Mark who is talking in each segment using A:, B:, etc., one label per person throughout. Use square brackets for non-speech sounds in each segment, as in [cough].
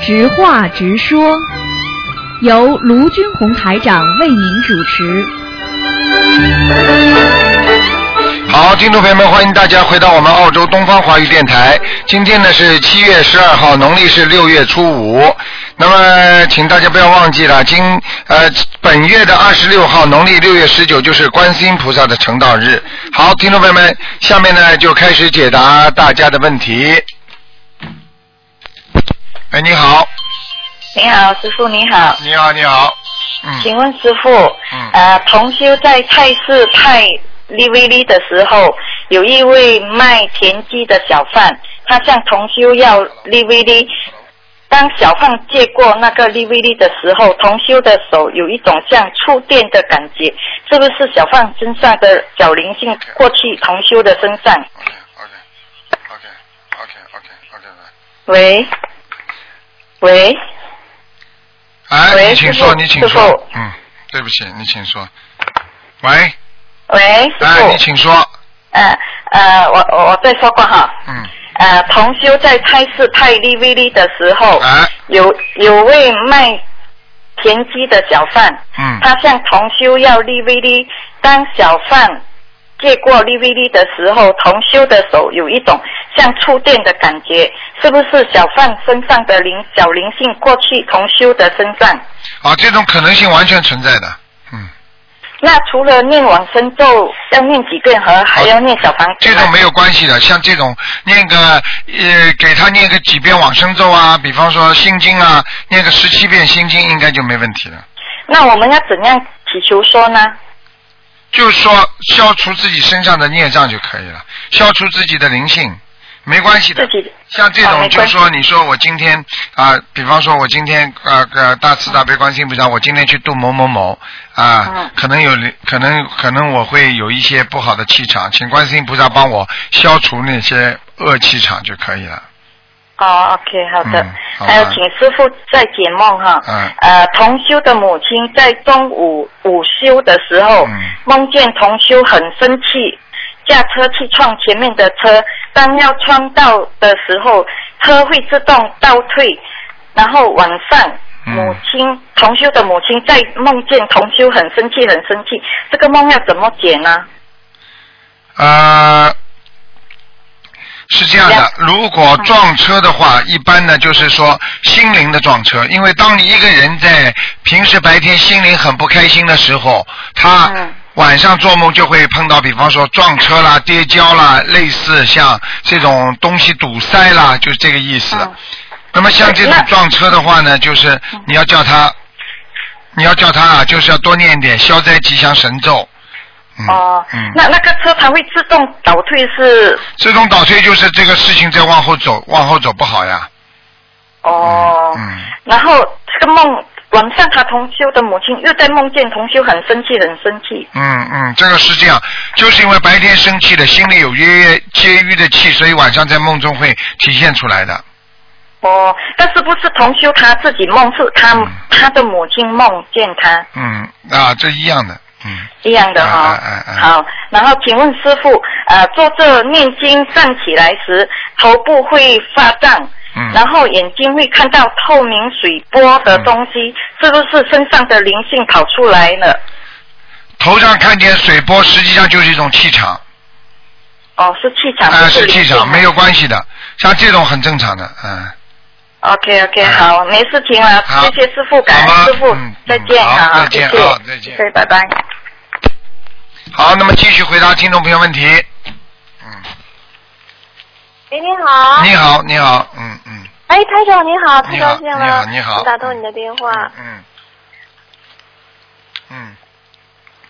A: 直话直说，由卢军红台长为您主持。
B: 好，听众朋友们，欢迎大家回到我们澳洲东方华语电台。今天呢是七月十二号，农历是六月初五。那么，请大家不要忘记了，今呃本月的二十六号，农历六月十九就是观世音菩萨的成道日。好，听众朋友们，下面呢就开始解答大家的问题。哎，你好，
C: 你好，师傅你好，
B: 你好，你好，嗯，
C: 请问师傅，
B: 嗯
C: 呃，同修在泰式派利威利的时候，有一位卖田鸡的小贩，他向同修要利威利。当小贩接过那个利威利的时候，同修的手有一种像触电的感觉，是不是小贩身上的小灵性过去同修的身上？
B: OK，OK，OK，OK，OK，OK，
C: 喂，喂，
B: 哎，
C: 喂
B: 你请
C: 师
B: 说，
C: 傅
B: 你请
C: 师
B: 说
C: 傅。
B: 嗯，对不起，你请说。喂，
C: 喂，师
B: 哎，
C: 傅
B: 你，请说。
C: 呃呃，我我我再说过哈，
B: 嗯，
C: 呃，同修在拍摄泰利威利的时候，
B: 哎，
C: 有有位卖田鸡的小贩，
B: 嗯，
C: 他向同修要利威利，当小贩接过利威利的时候，同修的手有一种像触电的感觉，是不是小贩身上的灵小灵性过去同修的身上？
B: 啊，这种可能性完全存在的。嗯，
C: 那除了念往生咒要念几遍和还要念小房子
B: 这
C: 吗？
B: 种没有关系的，像这种念个呃，给他念个几遍往生咒啊，比方说心经啊，念个十七遍心经应该就没问题了。
C: 那我们要怎样祈求说呢？
B: 就是说消除自己身上的孽障就可以了，消除自己的灵性，没关系的
C: 自。己
B: 像这
C: 哦
B: 种，
C: 没
B: 就
C: 关
B: 是说，你说我今天啊、比方说我今天呃呃大慈大悲观世音菩萨，我今天去度某某某啊、
C: 嗯
B: 可能有可能可能我会有一些不好的气场，请观世音菩萨帮我消除那些恶气场就可以了。
C: 哦，OK，好的。
B: 嗯好吧
C: 还有，请师傅再解梦哈。
B: 嗯
C: 呃，同修的母亲在中午午休的时候，
B: 嗯
C: 梦见同修很生气，驾车去撞前面的车，当要穿道的时候，车会自动倒退，然后晚上。
B: 嗯
C: 母亲，同修的母亲在梦见同修很生气，很生气。这个梦要怎么解呢？
B: 呃，是这样
C: 这
B: 的
C: 样，
B: 如果撞车的话，一般呢就是说心灵的撞车，因为当你一个人在平时白天心灵很不开心的时候，他
C: 嗯
B: 晚上做梦就会碰到，比方说撞车啦、跌跤啦，类似像这种东西堵塞啦，就是这个意思。
C: 嗯
B: 那么像这种
C: 那嗯
B: 撞车的话呢，就是你要叫他，你要叫他啊，就是要多念一点消灾吉祥神咒。嗯、
C: 哦，
B: 嗯
C: 那那个车它会自动倒退是？
B: 这种倒退就是这个事情在往后走，往后走不好呀。
C: 哦，
B: 嗯，
C: 然后这个梦，晚上他同修的母亲又在梦见同修很生气，很生气。
B: 嗯嗯，这个是这样，就是因为白天生气了，心里有约约皆郁的气，所以晚上在梦中会体现出来的。
C: 哦，但是不是同修他自己梦，是他、
B: 嗯
C: 他的母亲梦见他
B: 嗯啊，这一样的。嗯，
C: 一样的哈、
B: 哎哎哎哎
C: 好，然后请问师傅，呃，坐着念经站起来时，头部会发胀。
B: 嗯
C: 然后眼睛会看到透明水波的东
B: 嗯
C: 西，是不是身上的灵性跑出来了？
B: 头上看见水波，实际上就是一种气场，
C: 哦，是气场，
B: 啊、
C: 不
B: 是
C: 灵性
B: 气场，
C: 吗
B: 没有关系的。像这种很正常的，嗯、
C: OK OK，
B: 嗯
C: 好，没事情了，
B: 好
C: 谢谢师傅，感
B: 好吧
C: 恩师傅
B: 嗯，
C: 再见
B: 好
C: 啊，
B: 再见
C: 谢谢
B: 啊再见
C: 对，拜拜。
B: 好，那么继续回答听众朋友问题。嗯，
D: 喂，哎你好。
B: 你好，你好，嗯嗯。
D: 哎，台长你好，太
B: 你
D: 高
B: 好，
D: 兴
B: 你
D: 了
B: 好，，你好，
D: 能打通你的电话。
B: 嗯。嗯，嗯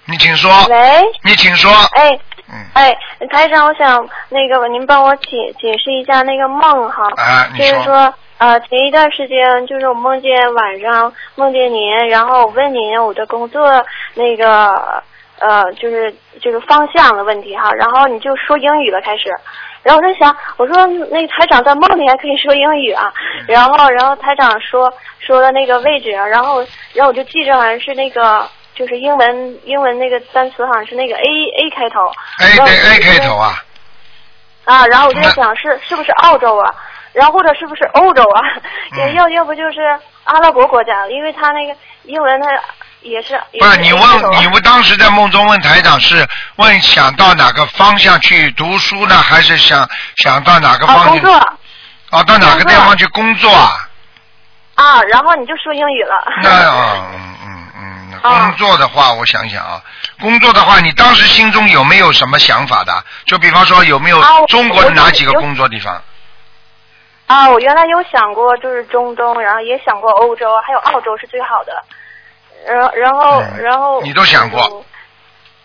B: 你请说，
D: 喂，
B: 你请说。
D: 哎
B: 嗯，
D: 哎，台长，我想那个您帮我解解释一下那个梦哈，
B: 啊，
D: 就
B: 你
D: 是说呃前一段时间就是我梦见晚上梦见您，然后我问您我的工作那个呃就是就是方向的问题哈，然后你就说英语了开始。然后我在想，我说那台长在梦里还可以说英语啊，然后然后台长说说了那个位置啊，然后然后我就记着好像是那个就是英文英文那个单词好像是那个 A A 开头
B: ，A
D: 然后
B: 对
D: 我
B: A
D: 就
B: 开头啊，
D: 啊，然后我就在想是是不是澳洲啊，然后或者是不是欧洲啊？
B: 嗯
D: 也要要不就是阿拉伯国家，因为他那个英文他也是。也
B: 不是你
D: 也是
B: 问，你
D: 欧洲
B: 问当时在梦中问台长是问想到哪个方向去读书呢，还是想想到哪个
D: 啊
B: 方向
D: 工？作
B: 啊，到哪个
D: 工作
B: 地方去工作啊？
D: 啊，然后你就说英语了。
B: 那啊，嗯嗯嗯，那
D: 啊
B: 工作的话，我想想啊，工作的话，你当时心中有没有什么想法的？就比方说，有没有
D: 啊我
B: 中国的
D: 我
B: 哪几个
D: 有
B: 工作地方？
D: 啊，我原来有想过就是中东，然后也想过欧洲，还有澳洲是最好的。然后然后
B: 嗯
D: 然后
B: 你都想过
D: 嗯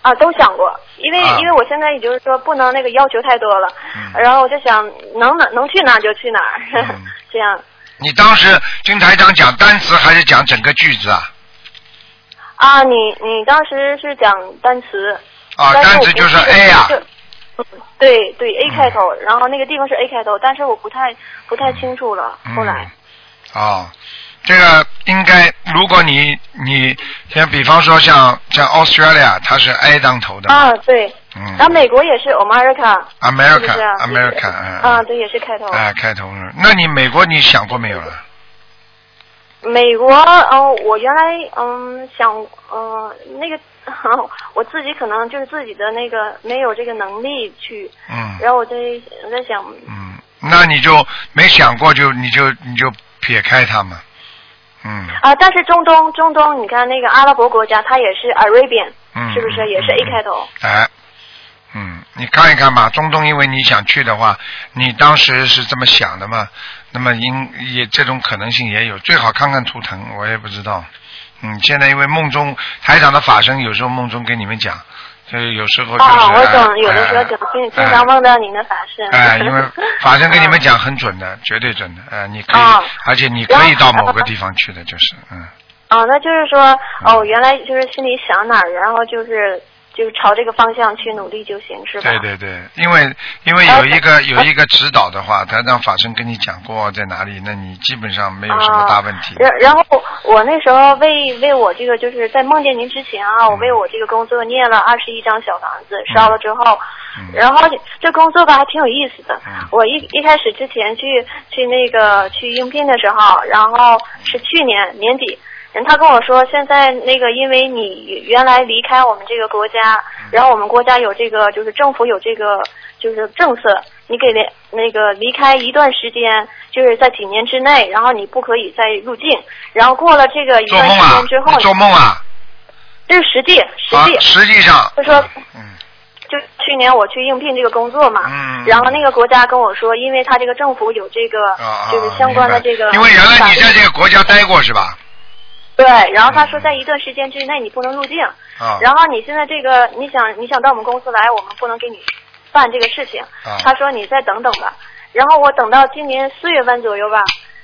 D: 啊，都想过，因为、
B: 啊
D: 因为我现在也就是说不能那个要求太多了，
B: 嗯
D: 然后我就想能哪能去哪儿就去哪儿，
B: 嗯
D: [laughs] 这样
B: 你当时听台长讲单词，还是讲整个句子啊？
D: 啊。你你当时是讲单词
B: 啊，
D: 但
B: 单
D: 我
B: 词
D: 不
B: 就是
D: 太
B: A 啊，
D: 嗯对对，A 开头，然后那个地方是 A 开头，但是我不太不太清楚了。后来
B: 嗯，哦，这个应该，如果你你像比方说像像 Australia，它是 A 当头的，
D: 啊，对，
B: 嗯
D: 然后美国也是 America，是不是啊
B: ，America，America，嗯，
D: 啊，对，也是开头。
B: 啊，开头是，那你美国你想过没有了？
D: 美国，哦，我原来嗯想，嗯、那个、 [laughs] 我自己可能就是自己的那个没有这个能力去，
B: 嗯
D: 然后我在我在想，
B: 嗯，那你就没想过就你就你就撇开他们，嗯
D: 啊，但是中东中东，你看那个阿拉伯国家，它也是 Arabian，、
B: 嗯，
D: 是不是也是
B: 嗯
D: A 开头？
B: 哎，嗯，你看一看吧，中东，因为你想去的话，你当时是这么想的嘛？那么应也这种可能性也有，最好看看图腾，我也不知道。嗯，现在因为梦中台长的法身，有时候梦中跟你们讲，所以有时候就是、
D: 啊，我
B: 哎
D: 总有的时候
B: 哎
D: 总经
B: 哎
D: 经常梦到您的法身。
B: 哎，因为法身跟你们讲很准的，绝对准的。哎，你可以，
D: 哦
B: 而且你可以到
D: 然后
B: 某个地方去的，就是嗯。
D: [laughs] 哦，那就是说，哦，原来就是心里想哪儿，然后就是就是朝这个方向去努力就行，是吧？
B: 对对对，因为因为有一个有一个指导的话，他让法身跟你讲过在哪里，那你基本上没有什么大问题
D: 啊。。然然后我那时候为为我这个就是在梦见您之前啊，我为我这个工作念了二十一张小房子，烧了之后，
B: 嗯嗯
D: 然后这工作吧还挺有意思的
B: 嗯。
D: 我一一开始之前去去那个去应聘的时候，然后是去年年底。人他跟我说，现在那个，因为你原来离开我们这个国家，
B: 嗯
D: 然后我们国家有这个，就是政府有这个，就是政策，你给连那个离开一段时间，就是在几年之内，然后你不可以再入境，然后过了这个一
B: 做
D: 段
B: 梦
D: 时
B: 啊
D: 间之后，，
B: 你做梦啊，
D: 这是实际实
B: 啊
D: 际，，
B: 实际上，
D: 就说
B: 嗯
D: 就去年我去应聘这个工作嘛，
B: 嗯
D: 然后那个国家跟我说，因为他这个政府有这个、
B: 啊啊，
D: 就是相关的
B: 明白
D: 这个
B: 因为原来
D: 法
B: 你
D: 律
B: 在这个国家待过是吧？
D: 对，然后他说在一段时间之内你不能入境，
B: 啊，
D: 然后你现在这个你想你想到我们公司来，我们不能给你办这个事情。
B: 啊
D: 他说你再等等吧，然后我等到今年四月份左右吧，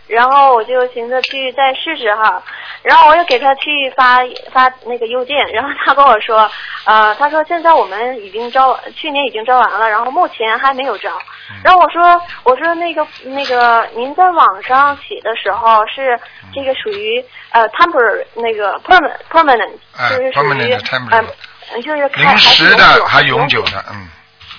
D: 然后我就寻思去再试试哈，然后我又给他去发发那个邮件，然后他跟我说，呃，他说现在我们已经招，去年已经招完了，然后目前还没有招。
B: 嗯
D: 然后我说，我说那个那个，您在网上写的时候是
B: 嗯
D: 这个属于呃 temporary 那个 permanent permanent，
B: 哎
D: 就是属于
B: permanent temporary
D: 呃，就是看
B: 临时的还
D: 还是
B: 永久的，嗯，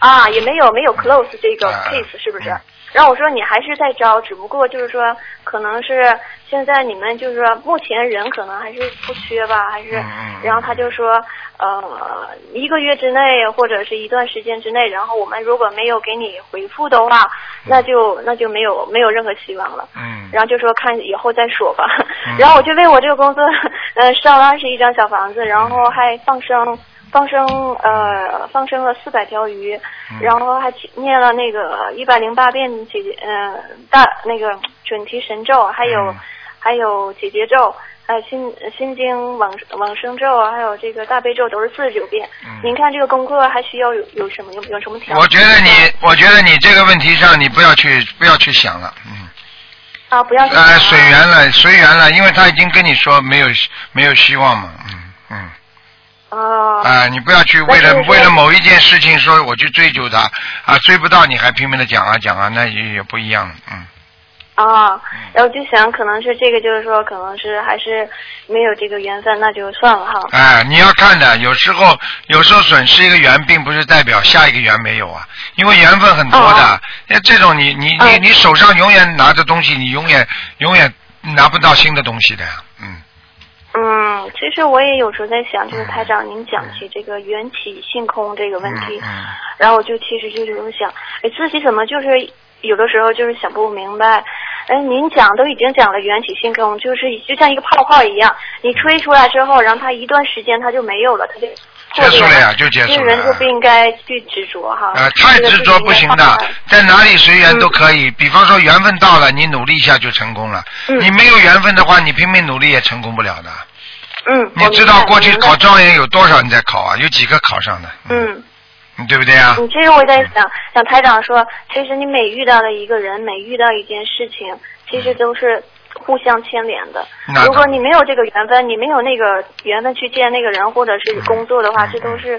D: 啊，也没有没有 close 这个
B: 啊
D: case 是不是
B: 嗯？
D: 然后我说你还是在招，只不过就是说，可能是现在你们就是说目前人可能还是不缺吧，还是
B: 嗯嗯嗯，
D: 然后他就说，呃，一个月之内或者是一段时间之内，然后我们如果没有给你回复的话，那就那就没有没有任何希望了。
B: 嗯，
D: 然后就说看以后再说吧
B: 嗯。
D: 然后我就为我这个工作， [laughs] 呃，上了二十一张小房
B: 嗯
D: 子，然后还放生，放生呃，放生了四百条鱼，
B: 嗯
D: 然后还起念了那个一百零八遍姐姐呃大那个准提神咒，还有
B: 嗯
D: 还有姐姐咒。还有心心经往往生咒啊，还有这个大悲咒都是四十九遍。
B: 嗯
D: 您看这个功课还需要有有什么有有什么调整？
B: 我觉得你，我觉得你这个问题上你不要去不要去想了，嗯。
D: 啊，不要去想
B: 呃，
D: 啊
B: 随缘了，随缘了，因为他已经跟你说没有没有希望嘛，嗯嗯，
D: 啊
B: 啊、你不要去为
D: 那
B: 了
D: 就是说
B: 为了某一件事情说我去追求他，啊，追不到你还拼命的讲啊讲啊，那也也不一样，嗯
D: 啊，然后就想可能是这个，就是说可能是还是没有这个缘分，那就算了哈。
B: 哎，你要看的，有时候有时候损失一个缘，并不是代表下一个缘没有啊，因为缘分很多的
D: 哦。
B: 那、这种你你你
D: 哦
B: 你手上永远拿着东西，你永远永远拿不到新的东西的呀。嗯，
D: 嗯，其实我也有时候在想，就是台长您讲起这个缘起性空这个问题，
B: 嗯嗯
D: 然后我就其实就是有想，哎，自己怎么就是有的时候就是想不明白，哎，您讲都已经讲了缘起性空，就是就像一个泡泡一样，
B: 嗯
D: 你吹出来之后，然后它一段时间它就没有了，它就破
B: 结
D: 裂
B: 束了呀，就结
D: 这
B: 束了
D: 个人就
B: 啊
D: 不。应该去执着哈。
B: 呃，太
D: 这个
B: 执
D: 就
B: 着
D: 应
B: 不
D: 该
B: 行
D: 放
B: 的
D: 下，
B: 在哪里随缘都可以。比方说缘分到了，你努力一下就成功了。
D: 嗯
B: 你没有缘分的话，你拼命努力也成功不了的。
D: 嗯，
B: 你
D: 我
B: 知
D: 明
B: 道
D: 白
B: 过去
D: 明白
B: 考状元有多少人在考啊？有几个考上的？
D: 嗯。
B: 嗯，对不对啊？
D: 嗯，其实我在想，想台长说，其实你每遇到了一个人，每遇到一件事情，其实都是互相牵连的
B: 嗯那。当
D: 如果
B: 然
D: 你没有这个缘分，你没有那个缘分去见那个人，或者是工作的话，这都是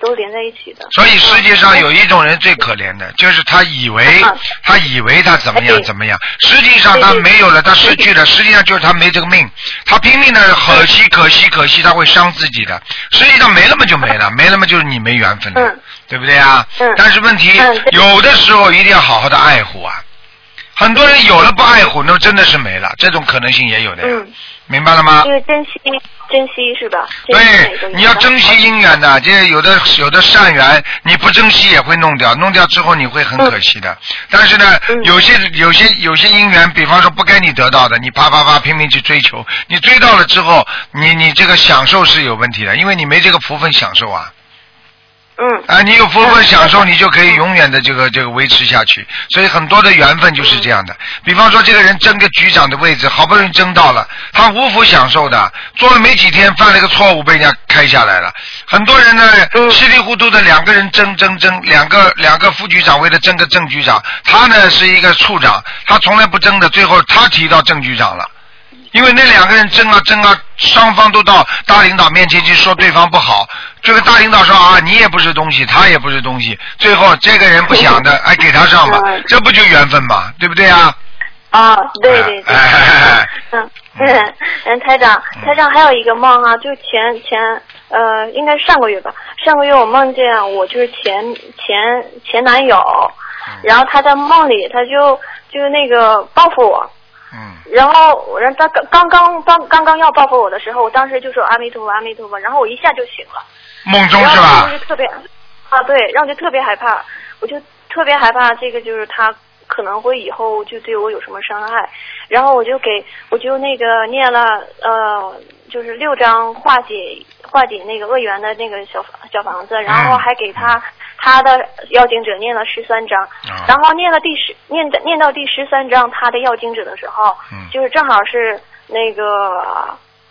D: 都连在一起的。
B: 嗯所以世界上有一种人最可怜的，就是他以为
D: 嗯
B: 他以为他怎么
D: 哎
B: 样
D: 对
B: 怎么样，实际上他没有了，他失去了，实际上就是他没这个命，他拼命的可惜可惜可惜，他会伤自己的。实际上没了嘛就没了，没了嘛就是你没缘分了
D: 嗯，
B: 对不对啊
D: 嗯？
B: 但是问题
D: 嗯对
B: 有的时候一定要好好的爱护啊。很多人有了不爱护，那真的是没了，这种可能性也有的呀，
D: 嗯，
B: 明白了吗？
D: 就是珍惜，珍惜是吧？珍惜每个
B: 对，
D: 缘
B: 你要
D: 分
B: 珍惜姻缘的，这有的有的善缘，你不珍惜也会弄掉，弄掉之后你会很可惜的。但是呢，
D: 嗯
B: 有些有些有些姻缘，比方说不该你得到的，你啪啪啪拼命去追求，你追到了之后，你你这个享受是有问题的，因为你没这个福分享受啊。
D: 嗯
B: 啊，你有福分
D: 嗯
B: 享受，你就可以永远的这个这个维持下去。所以很多的缘分就是这样的。比方说，这个人争个局长的位置，好不容易争到了，他无福享受的，做了没几天，犯了个错误，被人家开下来了。很多人呢，
D: 嗯
B: 稀里糊涂的两个人争争争，两个两个副局长为了争个正局长，他呢是一个处长，他从来不争的，最后他提到正局长了。因为那两个人争啊争啊，双方都到大领导面前去说对方不好，这个大领导说啊，你也不是东西，他也不是东西，最后这个人不想
D: [laughs]
B: 的，哎，给他上吧
D: 嗯，
B: 这不就缘分嘛，对不对啊？
D: 啊，对对对。
B: 哎
D: 嗯， [laughs] 嗯，嗯，台长，台长还有一个梦啊，就是前前呃，应该是上个月吧，上个月我梦见我就是前前前男友，然后他在梦里他就就那个报复我，
B: 嗯，
D: 然后我让他刚刚刚刚刚刚要报复我的时候，我当时就说阿弥陀佛阿弥陀佛，然后我一下就醒了。
B: 梦中是
D: 然后
B: 吧
D: 我就？是特别啊，对，然后我就特别害怕，我就特别害怕这个就是他可能会以后就对我有什么伤害，然后我就给我就那个念了呃，就是六张化解化解那个恶缘的那个小房小房子，然
B: 嗯
D: 后还给他。他的要经者念了十三章，
B: 啊
D: 然后念了第十念的念到第十三章他的要经者的时候，
B: 嗯
D: 就是正好是那个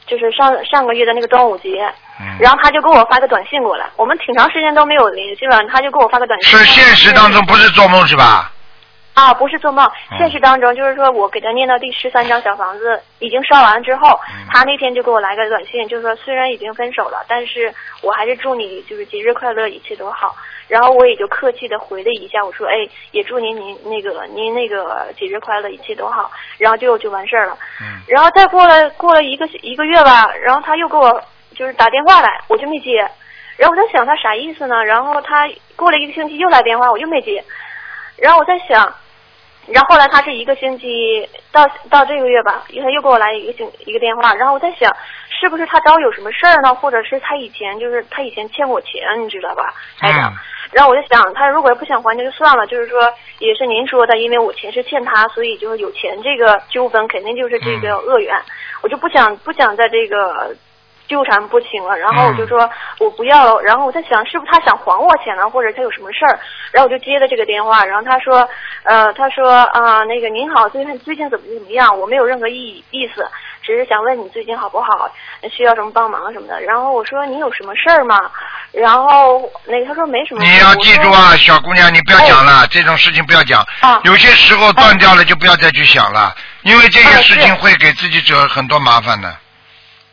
D: 就是上上个月的那个端午节，
B: 嗯
D: 然后他就给我发个短信过来，我们挺长时间都没有联系了，他就给我发个短信。
B: 是现实当中不是做梦是吧？
D: 啊，不是做梦，
B: 嗯
D: 现实当中就是说我给他念到第十三张小房子已经烧完了之后，
B: 嗯
D: 他那天就给我来个短信，就是说虽然已经分手了，但是我还是祝你就是节日快乐，一切都好。然后我也就客气的回了一下，我说哎，也祝您您那个您那个节日快乐，一切都好。然后就就完事儿了。
B: 嗯
D: 然后再过了过了一个一个月吧，然后他又给我就是打电话来，我就没接。然后我在想他啥意思呢？然后他过了一个星期又来电话，我又没接。然后我在想，然后后来他是一个星期到到这个月吧，他又给我来一个星一个电话。然后我在想，是不是他找我有什么事儿呢？或者是他以前就是他以前欠我钱，你知道吧，台长？
B: 嗯
D: 然后我就想，他如果不想还就算了，就是说也是您说的，因为我钱是欠他，所以就是有钱这个纠纷肯定就是这个恶缘，我就不想不想在这个纠缠不清了。然后我就说我不要了，然后我在想是不是他想还我钱了，或者他有什么事儿，然后我就接了这个电话，然后他说，呃，他说啊、那个您好，最近最近怎么怎么样？我没有任何意意思，只是想问你最近好不好，需要什么帮忙什么的。然后我说你有什么事儿吗？然后那个他说没什么事儿。
B: 你要记住啊，小姑娘，你不要讲了，这种事情不要讲。
D: 哎啊
B: 有些时候断掉了就不要再去想了，因为这些
D: 哎
B: 事
D: 是
B: 情会给自己惹很多麻烦的。
D: 我说。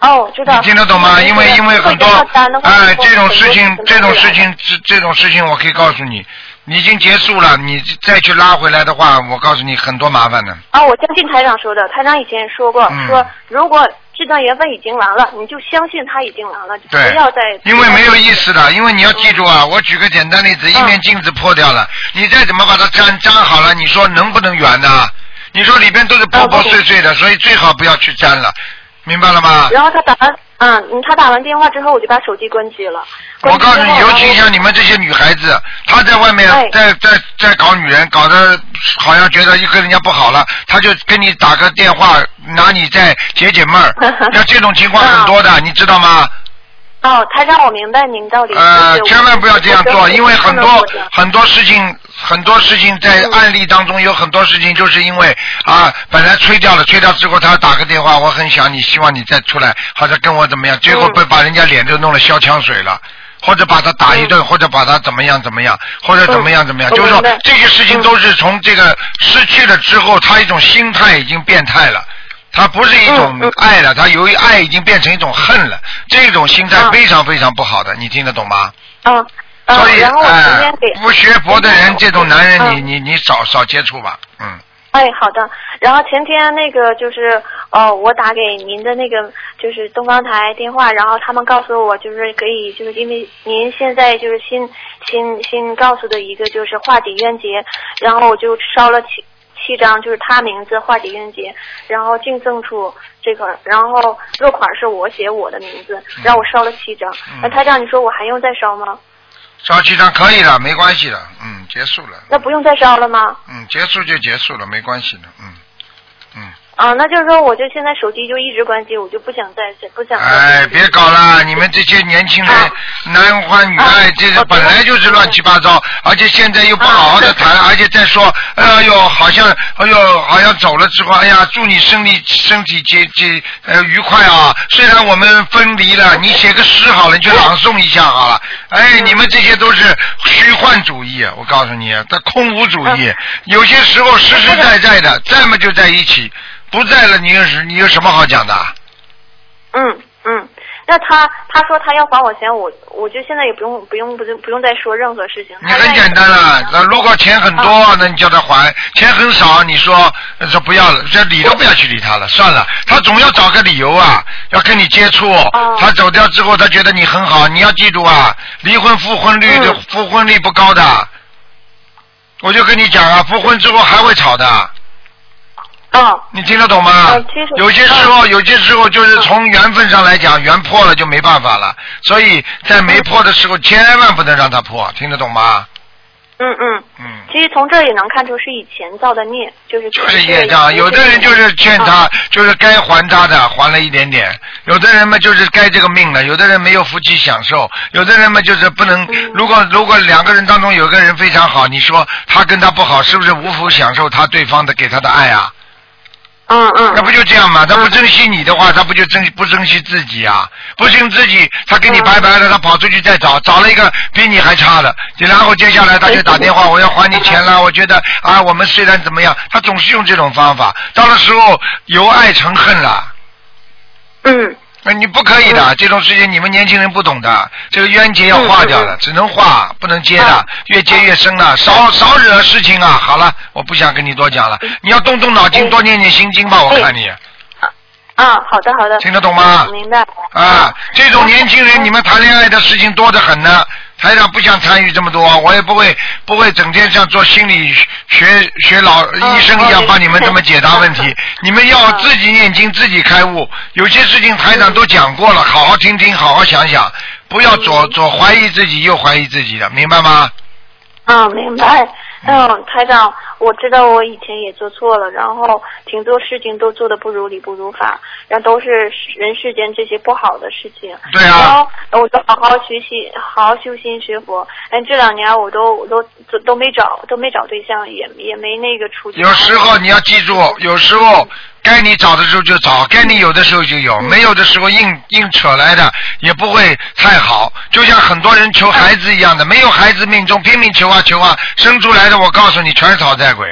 D: 哦，知道。
B: 你听得懂吗？因为因为很多
D: 会跟他单的话
B: 哎，
D: 会
B: 这种
D: 很多
B: 事情
D: 很，多
B: 这种
D: 人
B: 事情，这这种事情，我可以告诉你，已经结束了，你再去拉回来的话，我告诉你很多麻烦的。
D: 啊，我相信台长说的，台长以前也说过，
B: 嗯
D: 说如果这段缘分已经完了，你就相信他已经完了，就
B: 对
D: 不要再
B: 因为没有意思的，因为你要记住啊，我举个简单例子，一
D: 嗯
B: 面镜子破掉了，你再怎么把它粘粘好了，你说能不能圆呢？你说里边都是
D: 呃
B: 破破碎碎的，所以最好不要去粘了，明白了吗？
D: 然后他打完，嗯，他打完电话之后，我就把手机关机了。关
B: 我
D: 机
B: 告诉
D: 之
B: 你，
D: 后
B: 尤其像你们这些女孩子，她在外面
D: 哎
B: 在在在搞女人，搞得好像觉得一跟人家不好了，她就跟你打个电话，拿你在解解闷儿。那这种情况很多的，你知道吗？
D: 哦，台长，我明白您道理。
B: 呃，
D: 就是我
B: 千万不要这样做，因为很
D: 我
B: 多
D: 不能这样
B: 很多事情，很多事情在
D: 嗯
B: 案例当中有很多事情，就是因为啊，本来吹掉了，吹掉之后他打个电话，我很想你，希望你再出来，或者跟我怎么样，结果被把人家脸都弄了消枪水了。或者把他打一顿，或者把他怎么样怎么样，或者怎么样怎么样，
D: 嗯
B: 就是说
D: 我明白嗯
B: 这些事情都是从这个失去了之后，他一种心态已经变态了，他不是一种
D: 嗯嗯
B: 爱了，他由于爱已经变成一种恨了，这种心态
D: 嗯
B: 非常非常不好的，你听得懂吗？
D: 嗯嗯
B: 所以，
D: 然后我昨
B: 哎
D: 天给，
B: 不学佛的人，这种男人，你
D: 嗯
B: 你你少少接触吧，嗯。
D: 哎，好的。然后前天那个就是，哦，我打给您的那个就是东方台电话，然后他们告诉我，就是可以，就是因为您现在就是新新新告诉的一个就是化解冤结，然后我就烧了七七张，就是他名字化解冤结，然后净赠处这块儿，然后落款是我写我的名字，然后我烧了七张。
B: 嗯
D: 那台长，你说我还用再烧吗？
B: 烧七张可以了，没关系的，嗯，结束了，
D: 那不用再烧了吗？
B: 嗯，结束就结束了，没关系的，嗯，嗯，
D: 啊，那就是说，我就现在手机就一直关机，我就不想再不想再。
B: 哎，别搞了，你们这些年轻人
D: 啊，
B: 男欢女爱
D: 啊，
B: 这
D: 我知道
B: 本来就是乱七八糟，而且现在又不好好的谈，
D: 啊
B: 而且再说，哎呦，好像，哎呦，好像走了之后，哎呀，祝你身体身体节节呃愉快啊！虽然我们分离了，你写个诗好了，你去朗诵一下好了。
D: 嗯
B: 哎，你们这些都是虚幻主义，啊我告诉你，这空无主
D: 嗯
B: 义，有些时候实实在在
D: [laughs]
B: 的，在么就在一起，不在了，你有什你有什么好讲的？啊
D: 嗯嗯，那他他说他要还我钱，我我就现在也不用不用不用不用再说任何事情。
B: 你很简单
D: 哎
B: 啊了，那如果钱很
D: 啊
B: 多，那你叫他还；钱很少，你说呃说不要了，这理都不要去理他了，算了。他总要找个理由啊，要跟你接触。
D: 哦
B: 他走掉之后，他觉得你很好，你要记住啊，离婚复婚率的
D: 嗯
B: 复婚率不高的。我就跟你讲啊，复婚之后还会吵的。
D: 哦
B: 你听得懂吗
D: 嗯听？懂
B: 有些时候，有些时候就是从缘分上来讲，缘破了就没办法了。所以在没破的时候，千万不能让它破，听得懂吗？
D: 嗯嗯，
B: 嗯。
D: 其实从这也能看出是以前造的孽，就是
B: 就是业障，有的人就是欠
D: 啊
B: 他，就是该还他的还了一点点；有的人嘛就是该这个命了，有的人没有福气享受，有的人嘛就是不能。如果如果两个人当中有一个人非常好，你说他跟他不好，是不是无福享受他对方的给他的爱啊？
D: 嗯嗯
B: 那不就这样吗？他不珍惜你的话，他不就珍不珍惜自己啊？不珍惜自己，他跟你拜
D: 嗯
B: 拜了，他跑出去再找，找了一个比你还差的，然后接下来他
D: 哎
B: 就打电话，我要还你钱了。我觉得啊，我们虽然怎么样，他总是用这种方法，到了时候由爱成恨了。
D: 嗯
B: 那你不可以的，这种事情你们年轻人不懂的，这个冤结要化掉的，只能化，不能结的
D: 嗯啊，
B: 越结越深了，少少惹事情啊！好了，我不想跟你多讲了，你要动动脑筋，
D: 哎
B: 多念念心经吧，我看你。
D: 啊，好的好的，嗯
B: 听得懂吗
D: 明白。嗯
B: 啊，这种年轻
D: 哎
B: 人，你们谈恋爱的事情多得很呢。台长不想参与这么多，我也不会不会整天像做心理学学老医生一样
D: 哦
B: 帮你们这么解答问题
D: 嗯。
B: 你们要自己念经，自己开悟。有些事情台长都讲过了，好好听听，好好想想，不要左左怀疑自己，右怀疑自己的，明白吗？
D: 嗯，明白。嗯，台长，我知道我以前也做错了，然后挺多事情都做的不如理不如法，然后都是人世间这些不好的事情。
B: 对啊
D: 然后我都好好学习，好好修心学佛。哎，这两年我都我都都都没找都没找对象，也也没那个出去。
B: 有时候你要记住，有时候该你找的时候就找，该你有的时候就有，没有的时候硬硬扯来的也不会太好。就像很多人求孩子一样的，没有孩子命中拼命求啊求啊，生出来的我告诉你全是讨债鬼。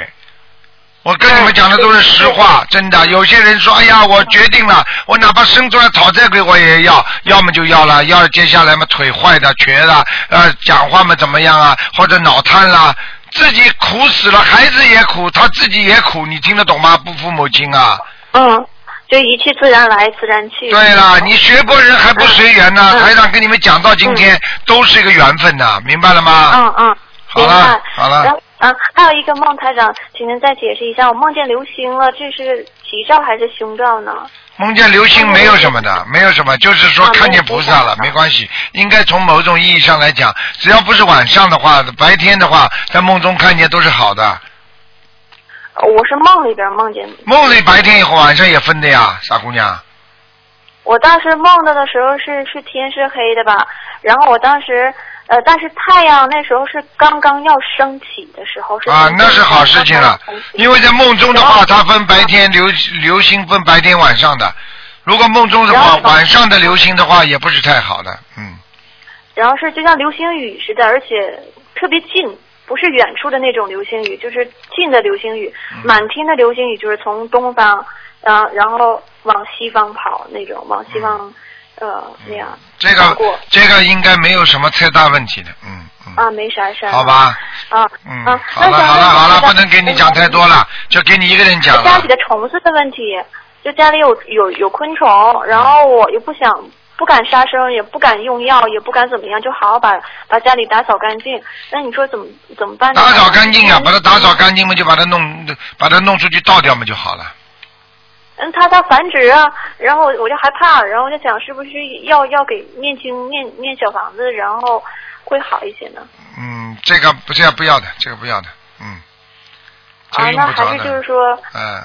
B: 我跟你们讲的都是实话，真的。有些人说，哎呀，我决定了，我哪怕生出来讨债鬼我也要，要么就要了，要接下来嘛腿坏的、瘸的，呃，讲话嘛怎么样啊，或者脑瘫啦，自己苦死了，孩子也苦，他自己也苦，你听得懂吗？不父母亲啊。
D: 嗯，就一去自然来，自然去。
B: 对了，你学过人还不随缘呢、
D: 嗯
B: 台长跟你们讲到今天，都是一个缘分呐、明白了吗？
D: 嗯嗯，
B: 好
D: 明白
B: 了。，好了
D: 然。后啊，还有一个梦，台长，请您再解释一下，我梦见流星了，这是吉兆还是凶兆呢？
B: 梦见流星没有什么的，没有什么，就是说
D: 啊
B: 看见菩萨了，没
D: 哦没有菩萨
B: 关系。应该从某种意义上来讲，只要不是晚上的话，白天的话，在梦中看见都是好的。
D: 呃我是梦里边梦见，
B: 梦里白天以后，晚上也分的呀，傻姑娘。
D: 我当时梦到的时候是是天是黑的吧，然后我当时呃，但是太阳那时候是刚刚要升起的时候，是
B: 啊，那是好事情
D: 哦
B: 了，因为在梦中的话，
D: 然后
B: 它分白天流流星分白天晚上的。如果梦中的话，
D: 然后
B: 晚上的流星的话也不是太好的，嗯。
D: 然后是就像流星雨似的，而且特别近，不是远处的那种流星雨，就是近的流星雨，
B: 嗯
D: 满天的流星雨就是从东方，然后然后往西方跑那种，往
B: 嗯
D: 西方，呃那样
B: 这
D: 跑
B: 个
D: 过
B: 这个应该没有什么太大问题的，嗯嗯，
D: 啊，没啥事儿，
B: 好，吧，
D: 啊
B: 嗯，
D: 啊，
B: 好了
D: 那想
B: 好了
D: 问
B: 好了，
D: 一下
B: 不能给你讲太多了，就给你一个人讲
D: 嗯家
B: 了
D: 里。的虫子的问题，就家里有有有昆虫，然后我又不想不敢杀生，也不敢用药，也不敢怎么样，就好好把把家里打扫干净。那你说怎么怎么办呢？嗯
B: 打扫干净啊，把它打扫干净嘛，就把它弄，把它弄出去倒掉嘛就好了。
D: 嗯，它它繁殖啊，然后我就害怕，然后我就想是不是要要给念经念念小房子，然后会好一些呢？
B: 嗯，这个不这个不要的，这个不要的，嗯，这
D: 啊，
B: 个用
D: 那
B: 不着
D: 还是就是
B: 的，
D: 说，
B: 嗯。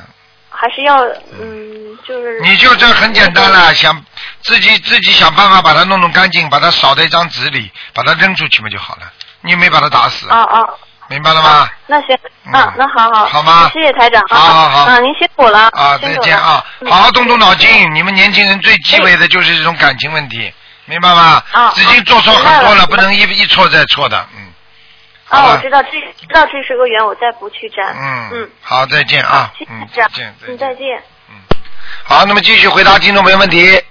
D: 还是要嗯，就是
B: 你就这很简单了，想自己自己想办法把它弄弄干净，把它扫在一张纸里，把它扔出去嘛就好了。你也没把它打死，
D: 啊啊，
B: 明白了吗？
D: 那行，啊
B: 嗯，
D: 那好好，
B: 好吗
D: 谢谢台长啊，
B: 好好好
D: 啊，您辛苦了， [laughs]
B: 啊，
D: 辛
B: 再
D: 苦
B: 见
D: 了
B: 啊！
D: 嗯
B: 好好动动脑筋，你们年轻人最忌讳的就是这种感情问题，明白吗
D: 啊？
B: 已经做错很多
D: 明白
B: 了，
D: 了
B: 不能一一错再错的，嗯。好
D: 啊，我
B: 了
D: 知，道这知道这是恶缘，我再不去沾。
B: 嗯
D: 嗯，，
B: 好，再见啊
D: 谢，谢
B: 嗯，
D: 台
B: 再
D: 长
B: 见，，
D: 嗯，再见。
B: 好，那么继续回答听众朋友问题。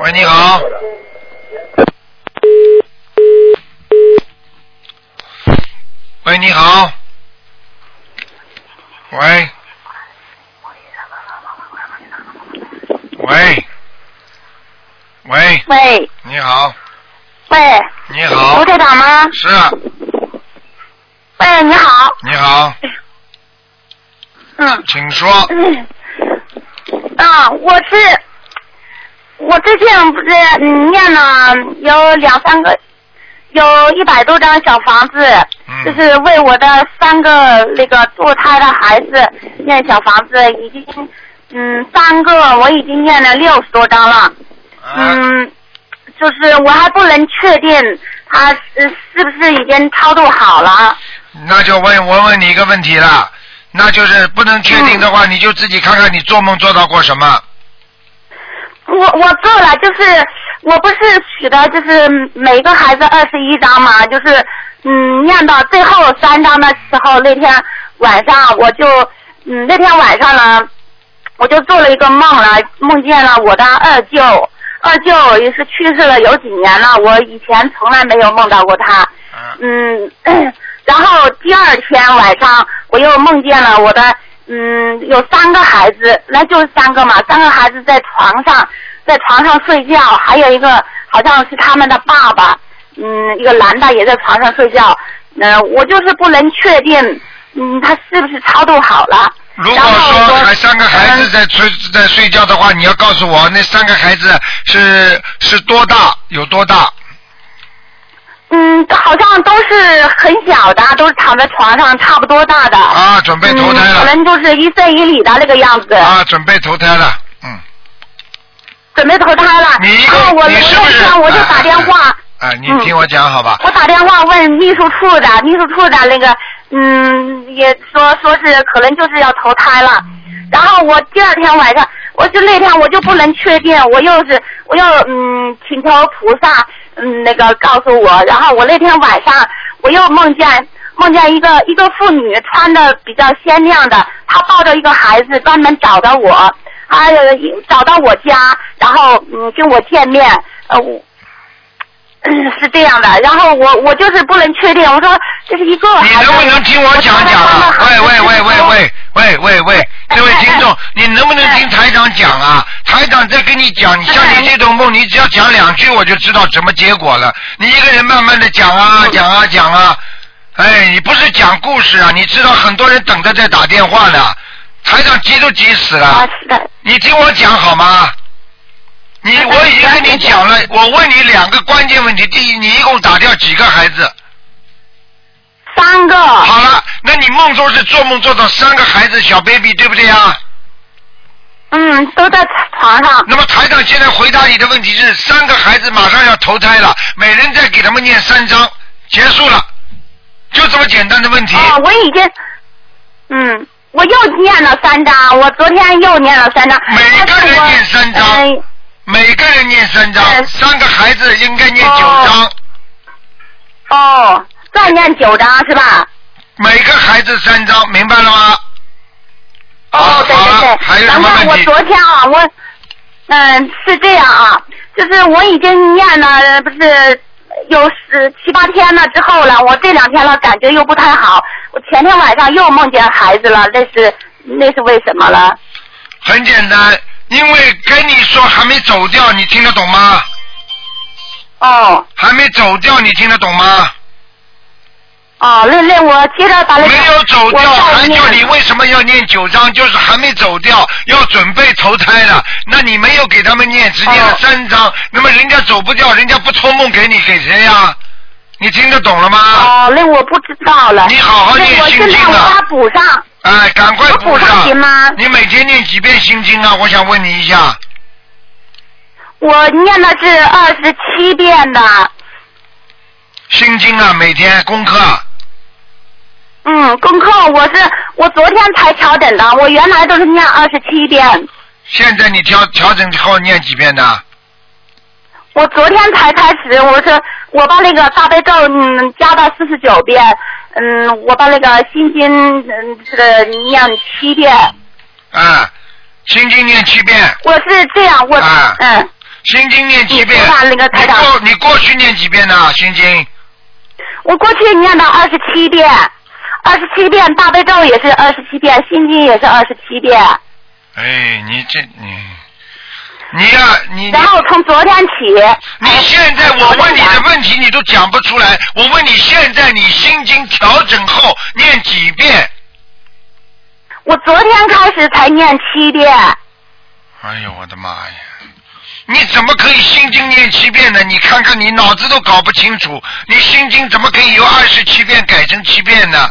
B: 喂，你好。喂，你好。喂。喂。喂，
E: 喂
B: 你好，
E: 喂，
B: 你好
E: 卢，台长吗？
B: 是，啊
E: 喂，你好，
B: 你好，
E: 嗯
B: 请说。
E: 嗯，啊，我是我最近不是嗯念了有两三个，有一百多张小房子，
B: 嗯
E: 就是为我的三个那个堕胎的孩子念小房子，已经嗯三个我已经念了六十多张了。
B: 啊，
E: 嗯，就是我还不能确定他是是不是已经超度好了。
B: 那就问我问你一个问题了，那就是不能确定的话，
E: 嗯
B: 你就自己看看你做梦做到过什么。
E: 我我做了，就是我不是许的，就是每个孩子二十一张嘛，就是嗯念到最后三章的时候，那天晚上我就嗯那天晚上呢，我就做了一个梦了，梦见了我的二舅，二舅也是去世了有几年了，我以前从来没有梦到过他，
B: 啊
E: 嗯， [clears throat] 然后第二天晚上我又梦见了我的，嗯，有三个孩子，那就是三个嘛，三个孩子在床上，在床上睡觉，还有一个好像是他们的爸爸，嗯，一个男的也在床上睡觉，嗯、我就是不能确定，嗯，他是不是超度好了？
B: 如果
E: 然后
B: 说
E: 我嗯
B: 还三个孩子在睡在睡觉的话，你要告诉我那三个孩子是是多大，有多大？
E: 嗯，好像都是很小的，都是躺在床上差不多大的。
B: 啊，准备投胎
E: 嗯，可
B: 了、
E: 能就是一岁一里的那个样子。
B: 啊，准备投胎了，嗯。
E: 准备投胎了。
B: 你一
E: 然后啊我
B: 个你是不
E: 那
B: 是？
E: 天我就
B: 啊
E: 打电话，
B: 啊啊，你
E: 嗯
B: 听我讲好吧？
E: 我打电话问秘书处的，秘书处的那个，嗯，也说说是可能就是要投胎了。然后我第二天晚上，我就那天我就不能确定，我又是我又嗯请求嗯菩萨嗯那个告诉我，然后我那天晚上我又梦见梦见一个一个妇女穿的比较鲜亮的，她抱着一个孩子专门找到我，哎呀，找到我家，然后嗯跟我见面，呃我。嗯，是这样的，然后我我就是不能确定，我说这是一个
B: [laughs] 你
E: 还是
B: 能不能听我讲讲啊？
E: 我
B: 喂
E: 觉
B: 喂喂
E: 得他们
B: 喂喂喂喂喂，这位听众，你能不能听台长讲啊？台长在跟你讲，你像你这种梦，你只要讲两句，我就知道什么结果了。你一个人慢慢的讲啊讲啊讲啊，哎，你不是讲故事啊？你知道很多人等着在打电话呢，台长急都急死
E: 啊
B: 了。
E: 是的，
B: 你听我讲好吗？你我已经跟你讲了，我问你两个关键问题。第一，你一共打掉几个孩子？
E: 三个
B: 好了，那你梦中是做梦做到三个孩子小 baby，对不对啊？
E: 嗯都在床上，
B: 那么台长现在回答你的问题是，三个孩子马上要投胎了，每人再给他们念三章，结束了，就这么简单的问题。
E: 哦，我已经，嗯，我又念了三张，我昨天又念了三张。哎
B: 每个人念三张
E: 但是我
B: 每个人念三章，
E: 嗯哦
B: 三个孩子应该念九章，
E: 嗯哦，再念九张是吧？
B: 每个孩子三章，明白了吗？
E: 哦，对
B: 好了还有什
E: 对对。然
B: 么
E: 后我
B: 问题？
E: 昨天啊，我，嗯，是这样啊，就是我已经念了，不是。有十七八天了之后了，我这两天了感觉又不太好。我前天晚上又梦见孩子了，那是那是为什么了？
B: 很简单，因为跟你说还没走掉，你听得懂吗？
E: 哦
B: 还没走掉，你听得懂吗？
E: 哦，那那我接着把那个
B: 没有走掉，
E: 我再
B: 还
E: 念
B: 叫你为什么要念九章？就是还没走掉，要准备投胎了。那你没有给他们念，只念了
E: 哦
B: 三章，那么人家走不掉，人家不托梦给你，给谁呀？你听得懂了吗？
E: 哦，那我不知道了。
B: 啊你好好
E: 那
B: 念
E: 我
B: 心
E: 现在
B: 经
E: 我
B: 啊
E: 把它补上，
B: 哎，赶快
E: 我
B: 补
E: 补上行吗？
B: 你每天念几遍心经啊？我想问你一下，
E: 我念的是二十七遍的，
B: 心经啊，每天功课啊
E: 嗯，功课我是我昨天才调整的，我原来都是念二十七遍，
B: 现在你调调整后念几遍呢？
E: 我昨天才开始，我是我把那个大悲咒嗯加到四十九遍，嗯，我把那个心经嗯这个念七遍，
B: 啊，心经念七遍，
E: 我是这样，我、
B: 啊
E: 嗯。
B: 心经念七遍
E: 你看那个。台
B: 你
E: 长
B: 过你过去念几遍呢？心经？
E: 我过去念到二十七遍，二十七遍大悲咒也是二十七遍，心经也是二十七遍。
B: 哎，你这你，你呀、你
E: 然后哎从昨天起，
B: 嗯你现在我问你的问题你都讲不出来，我问你现在你心经调整后念几遍？
E: 我昨天开始才念七遍，
B: 哎呦我的妈呀！你怎么可以心经念七遍呢？你看看你脑子都搞不清楚，你心经怎么可以由二十七遍改成七遍呢？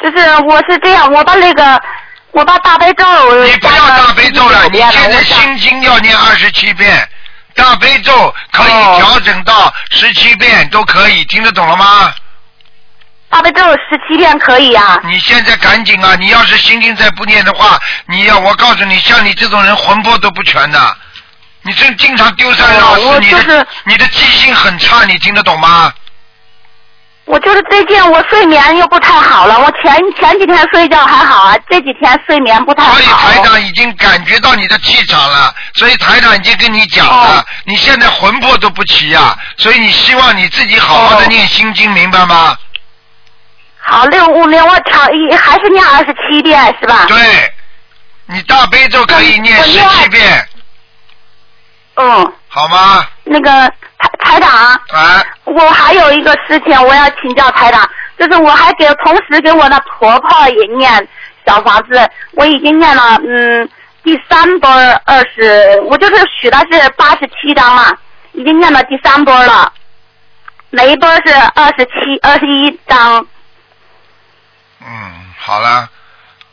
E: 就是我是这样，我把那个我把大悲咒
B: 你不要大悲咒了，
E: 49
B: 你
E: 遍
B: 现在
E: 我
B: 心
E: 想
B: 经要念二十七遍，大悲咒可以
E: 哦
B: 调整到十七遍都可以，听得懂了吗？
E: 大悲咒十七遍可以啊？
B: 你现在赶紧啊！你要是心经再不念的话，你要我告诉你，像你这种人魂魄都不全的，你这经常丢三落
E: 哎呀
B: 四，
E: 我
B: 你
E: 就
B: 的
E: 是
B: 你的记性很差，你听得懂吗？
E: 我就是最近我睡眠又不太好了，我前前几天睡觉还好啊，这几天睡眠不太
B: 所以台
E: 哦好。
B: 长已经感觉到你的气场了，所以台长已经跟你讲了，
E: 哦
B: 你现在魂魄都不齐呀、所以你希望你自己好好的
E: 哦
B: 念心经，明白吗？
E: 好，六五零我调一还是念二十七遍是吧？
B: 对，你大悲咒可以念
E: 哦我
B: 十
E: 另外
B: 七遍，
E: 嗯，
B: 好吗？
E: 那个台台长，
B: 啊，
E: 我还有一个事情我要请教台长，就是我还给同时给我的婆婆也念小房子，我已经念了嗯第三波二十，我就是许的是八十七张嘛，已经念到第三波了，每一波是二十七二十一张，
B: 嗯，好了，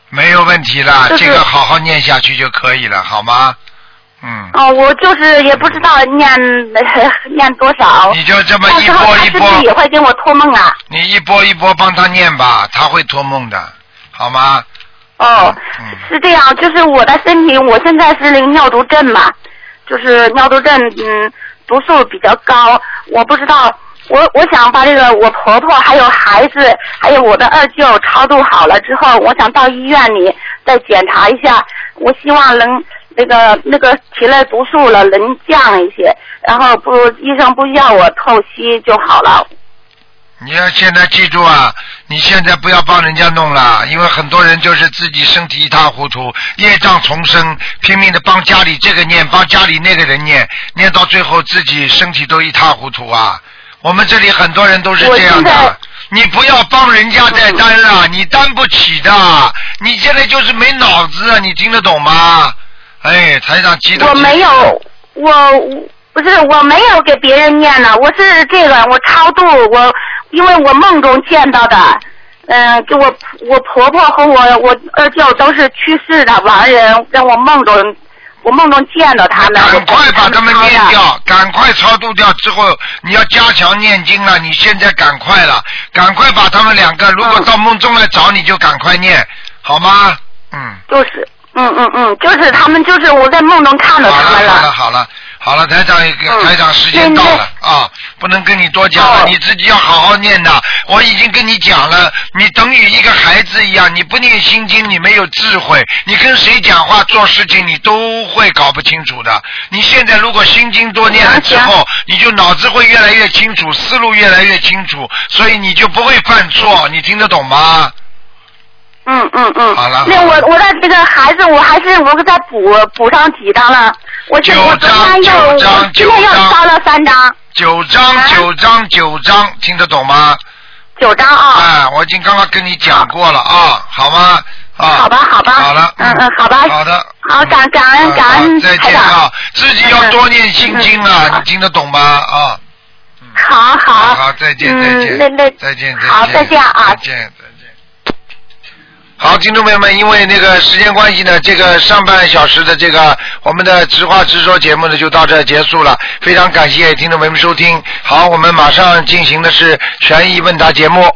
B: 没有问题了，
E: 就是
B: 这个好好念下去就可以了，好吗？嗯，
E: 哦，我就是也不知道念 [laughs] 念多少，
B: 你就这么
E: 到
B: 一
E: 时候
B: 波
E: 他
B: 一
E: 是不是也
B: 波，
E: 会给我托梦啊？
B: 你一波一波帮他念吧，他会托梦的，好吗？
E: 哦
B: 嗯，
E: 是这样，就是我的身体，我现在是那个尿毒症嘛，就是尿毒症，嗯，毒素比较高，我不知道，我我想把这个我婆婆还有孩子还有我的二舅超度好了之后，我想到医院里再检查一下，我希望能那个那个体内毒素了能降一些，然后不医生不要我透析就好了。
B: 你要现在记住啊，你现在不要帮人家弄了，因为很多人就是自己身体一塌糊涂，业障丛生，拼命的帮家里这个念，帮家里那个人念，念到最后自己身体都一塌糊涂啊。我们这里很多人都是这样
E: 我现在
B: 的，你不要帮人家再担了，你担不起的，你现在就是没脑子啊，你听得懂吗？哎，台长急得
E: 我
B: 急
E: 没有，我不是我没有给别人念呢，我是这个我超度我，因为我梦中见到的，嗯、就我我婆婆和我我二舅都是去世的亡人，让我梦中我梦中见到他们，
B: 赶快把他们念
E: 我给抄的。
B: 掉，赶快超度掉之后，你要加强念经了。你现在赶快了，赶快把他们两个，如
E: 嗯
B: 果到梦中来找你就赶快念，好吗？嗯，
E: 就是，嗯嗯嗯，就是他们，就是我在梦中看
B: 好
E: 到他们
B: 了好了
E: 了。
B: 好了好了，台长
E: 嗯
B: 台长时间到了啊，不能跟你多讲了，
E: 哦
B: 你自己要好好念的。我已经跟你讲了，你等于一个孩子一样，你不念心经，你没有智慧，你跟谁讲话做事情你都会搞不清楚的。你现在如果心经多念了之后，你就脑子会越来越清楚，思路越来越清楚，所以你就不会犯错，你听得懂吗？
E: 嗯嗯嗯。
B: 好了
E: 那我我的这个孩子，我还是我给他补补上几张了。我现我
B: 九
E: 昨
B: 张
E: 天又
B: 九张
E: 我今天又
B: 九张
E: 烧了三张，
B: 九章
E: 啊
B: 九章九章，听得懂吗？
E: 九张啊。
B: 哎，我已经刚刚跟你讲过了啊，好吗？啊，
E: 好吧好吧
B: 好了，
E: 嗯嗯好吧
B: 好的，
E: 好感感恩
B: 嗯
E: 感恩
B: 好再见
E: 台
B: 啊
E: 长，
B: 自己要多念心经啊
E: 嗯，嗯
B: 你听得懂吗？啊，
E: 好
B: 好，
E: 好。
B: 好，再见，再见，
E: 嗯，那那
B: 再见，再见，
E: 好，再见啊
B: 再，见，再见。好，听众朋友们，因为那个时间关系呢，这个上半小时的这个我们的直话直说节目呢就到这儿结束了，非常感谢听众朋友们收听。好，我们马上进行的是悬疑问答节目。